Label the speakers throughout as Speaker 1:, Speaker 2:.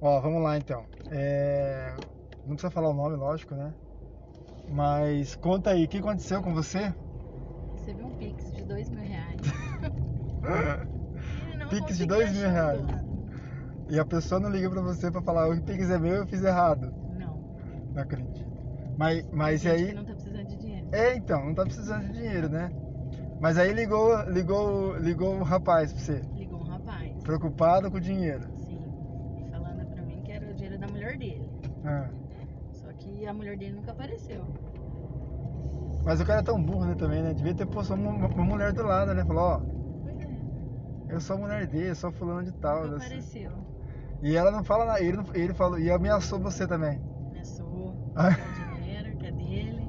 Speaker 1: Ó, vamos lá então. É, Não precisa falar o nome, lógico, né? Mas conta aí, o que aconteceu com você?
Speaker 2: Recebi um pix de dois mil reais. Ele não
Speaker 1: Pix de
Speaker 2: conseguia
Speaker 1: dois mil
Speaker 2: achar o
Speaker 1: reais.
Speaker 2: dono.
Speaker 1: E a pessoa não liga pra você pra falar, o Pix é meu, eu fiz errado.
Speaker 2: Não.
Speaker 1: Não acredito. Mas, mas e
Speaker 2: gente que
Speaker 1: aí.
Speaker 2: Não tá precisando de dinheiro.
Speaker 1: É então, não tá precisando de dinheiro, né? Mas aí ligou, ligou, ligou o rapaz pra você,
Speaker 2: Ligou um rapaz,
Speaker 1: preocupado com o dinheiro.
Speaker 2: sim, e falando pra mim que era o dinheiro da mulher dele.
Speaker 1: Ah,
Speaker 2: Só que a mulher dele nunca apareceu.
Speaker 1: Mas o cara é tão burro né, também, né? Devia ter posto uma, uma mulher do lado, né? Falou, ó,
Speaker 2: Pois é, nunca
Speaker 1: eu sou a mulher dele, eu sou fulano de tal. dessa-
Speaker 2: apareceu.
Speaker 1: E ela não fala nada, ele, não- ele falou, e ameaçou você também.
Speaker 2: Ameaçou
Speaker 1: Ah.
Speaker 2: o dinheiro, que é dele.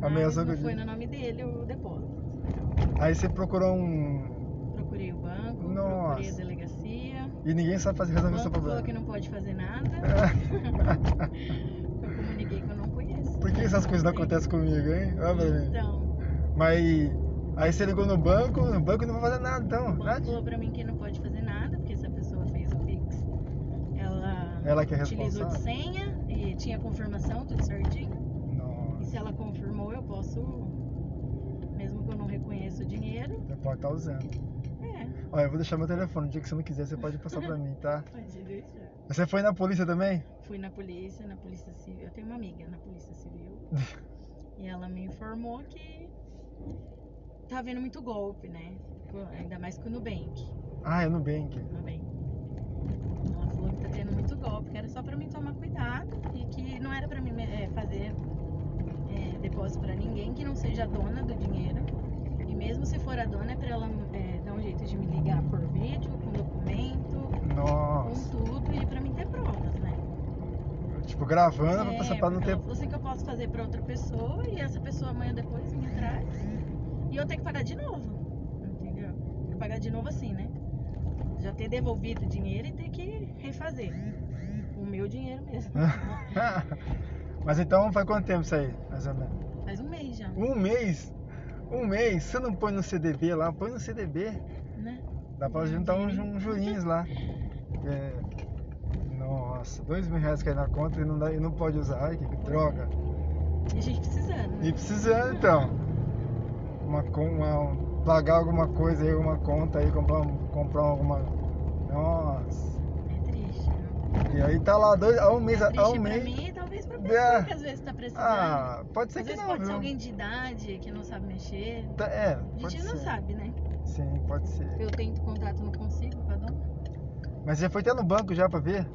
Speaker 2: Mas
Speaker 1: Ameaçou
Speaker 2: Ah, não
Speaker 1: que eu
Speaker 2: foi
Speaker 1: digo.
Speaker 2: no nome dele o depósito.
Speaker 1: Aí você procurou um.
Speaker 2: Procurei o banco, procurei a
Speaker 1: Nossa.
Speaker 2: delegacia.
Speaker 1: E ninguém sabe fazer
Speaker 2: O
Speaker 1: resolver seu
Speaker 2: banco
Speaker 1: problema.
Speaker 2: falou que não pode fazer nada. eu comuniquei que eu não conheço.
Speaker 1: Por que essas coisas não acontecem comigo, hein? Olha pra mim.
Speaker 2: Então,
Speaker 1: Mas aí você ligou no banco, no banco não vai fazer nada,
Speaker 2: o
Speaker 1: então.
Speaker 2: banco
Speaker 1: Nada.
Speaker 2: falou pra mim que não pode fazer nada, porque se a pessoa fez o Pix, ela,
Speaker 1: Ela que é
Speaker 2: utilizou de
Speaker 1: responsável?
Speaker 2: senha e tinha confirmação, tudo certinho. E
Speaker 1: Nossa,
Speaker 2: se ela confirmou, eu posso, mesmo que eu não reconheça o dinheiro,
Speaker 1: você pode estar usando.
Speaker 2: é,
Speaker 1: Olha, eu vou deixar meu telefone. O dia que você não quiser, você pode passar pra mim, tá?
Speaker 2: pode deixar.
Speaker 1: Você foi na polícia também?
Speaker 2: Fui na polícia, na polícia civil. Eu tenho uma amiga na polícia civil. e ela me informou que tá havendo muito golpe, né? Com- Ainda mais com o Nubank.
Speaker 1: Ah, é no Nubank.
Speaker 2: Nubank. Ela falou que tá tendo muito golpe, que era só pra mim tomar cuidado e que não era pra mim eh, fazer eh, depósito pra ninguém que não seja a dona do dinheiro. E mesmo se for a dona, é pra ela eh, dar um jeito de me ligar por vídeo, com documento,
Speaker 1: Nossa.
Speaker 2: com tudo e pra mim ter provas, né?
Speaker 1: Tipo, gravando pra
Speaker 2: É,
Speaker 1: passar pra não
Speaker 2: porque
Speaker 1: ter.
Speaker 2: ela falou assim que eu posso fazer pra outra pessoa e essa pessoa amanhã depois me traz e eu tenho que pagar de novo. Entendeu? Porque Pagar de novo assim, né? Já ter devolvido o dinheiro e ter que refazer. O meu dinheiro mesmo.
Speaker 1: Ah. Mas então faz quanto tempo isso aí? Mais ou menos.
Speaker 2: Faz um mês já,
Speaker 1: Um mês? Um mês? Você não põe no CDB lá? Põe no CDB.
Speaker 2: né?
Speaker 1: Dá pra juntar uns, uns jurinhos lá. É. Nossa, dois mil reais cai na conta e não, dá, e não pode usar. Ai, que droga.
Speaker 2: E a gente precisando, né?
Speaker 1: E precisando então. Uma, con- uma, um- pagar alguma coisa aí, alguma conta aí, comprar, um- comprar alguma. Nossa.
Speaker 2: É triste. Né?
Speaker 1: E aí tá lá dois, há um mês.
Speaker 2: é
Speaker 1: Há
Speaker 2: triste
Speaker 1: um
Speaker 2: pra
Speaker 1: mês.
Speaker 2: mim e talvez pra
Speaker 1: É.
Speaker 2: pessoa que às vezes tá precisando.
Speaker 1: Ah, pode ser
Speaker 2: às
Speaker 1: que
Speaker 2: vezes
Speaker 1: não,
Speaker 2: pode ser
Speaker 1: viu?
Speaker 2: alguém de idade que não sabe mexer.
Speaker 1: Tá- É,
Speaker 2: A
Speaker 1: pode
Speaker 2: gente
Speaker 1: ser.
Speaker 2: não sabe, né?
Speaker 1: Sim, pode ser.
Speaker 2: Eu tento contato, não consigo um. Tá com a dona.
Speaker 1: Mas você foi até no banco já pra ver?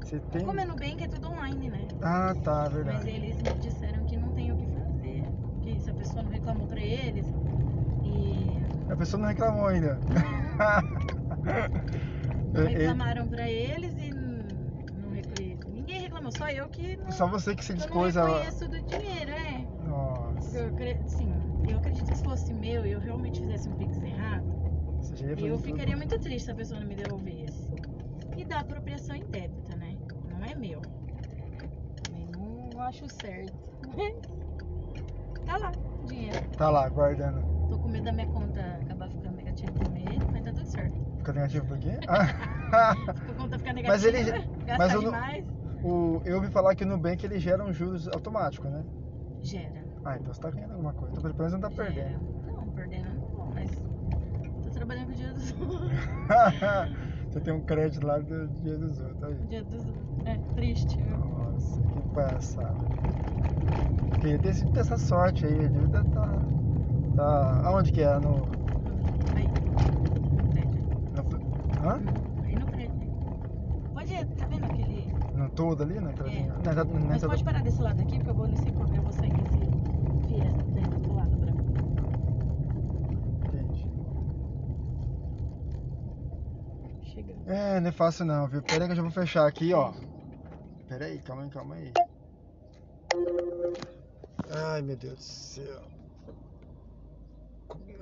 Speaker 1: Você tem.
Speaker 2: Como é Nubank, é tudo online, né?
Speaker 1: Ah, tá,
Speaker 2: Mas
Speaker 1: verdade.
Speaker 2: eles me disseram que não tem o que fazer. Que se a pessoa não reclamou pra eles. E
Speaker 1: A pessoa não reclamou ainda. É, é,
Speaker 2: reclamaram pra eles e não reconheço. Ninguém reclamou, só eu que não.
Speaker 1: Só você que se
Speaker 2: que eu
Speaker 1: dispôs
Speaker 2: não
Speaker 1: a.
Speaker 2: reconheço do dinheiro, é. Porque
Speaker 1: Nossa,
Speaker 2: Eu, acre- assim, eu acredito que se fosse meu e eu realmente fizesse um pix errado,
Speaker 1: você já ia fazer
Speaker 2: eu
Speaker 1: tudo.
Speaker 2: ficaria muito triste se a pessoa não me devolvesse. E dá apropriação indébita, né? Não é meu. Também não acho certo. Mas tá lá, o dinheiro.
Speaker 1: Tá lá, guardando.
Speaker 2: Tô com medo da minha conta acabar ficando negativa com ele, mas tá tudo certo.
Speaker 1: Fica negativo por quê? Ah,
Speaker 2: Se a conta ficar negativa, né?
Speaker 1: Mas ele já-
Speaker 2: gastar
Speaker 1: mas eu não-
Speaker 2: demais,
Speaker 1: o, eu ouvi falar que o Nubank ele gera um juros automático, né?
Speaker 2: gera.
Speaker 1: Ah, então você tá ganhando alguma coisa. Então pelo menos não tá
Speaker 2: gera.
Speaker 1: perdendo.
Speaker 2: Não, perdendo eu não vou, mas tô trabalhando com o dinheiro dos outros.
Speaker 1: você tem um crédito lá do dia dos outros. Aí.
Speaker 2: O dinheiro dos outros. É triste, viu?
Speaker 1: Nossa, que passada. Queria ter sido essa sorte aí. A dívida tá. tá... Aonde que é? No.
Speaker 2: Aí, no prédio.
Speaker 1: no... Hã?
Speaker 2: Aí no prédio. Pode ir, tá vendo aquele...
Speaker 1: No todo ali? né? Na entradinha? Na entrada- na
Speaker 2: É. Mas
Speaker 1: entrada-
Speaker 2: pode parar desse lado aqui, porque eu vou nesse... Eu vou sair desse fiesta que tem do outro lado pra mim.
Speaker 1: Entendi.
Speaker 2: Chega.
Speaker 1: É, não é fácil não, viu? Pera aí que eu já vou fechar aqui, ó. Pera aí, calma aí, calma aí. Ai, meu Deus do céu.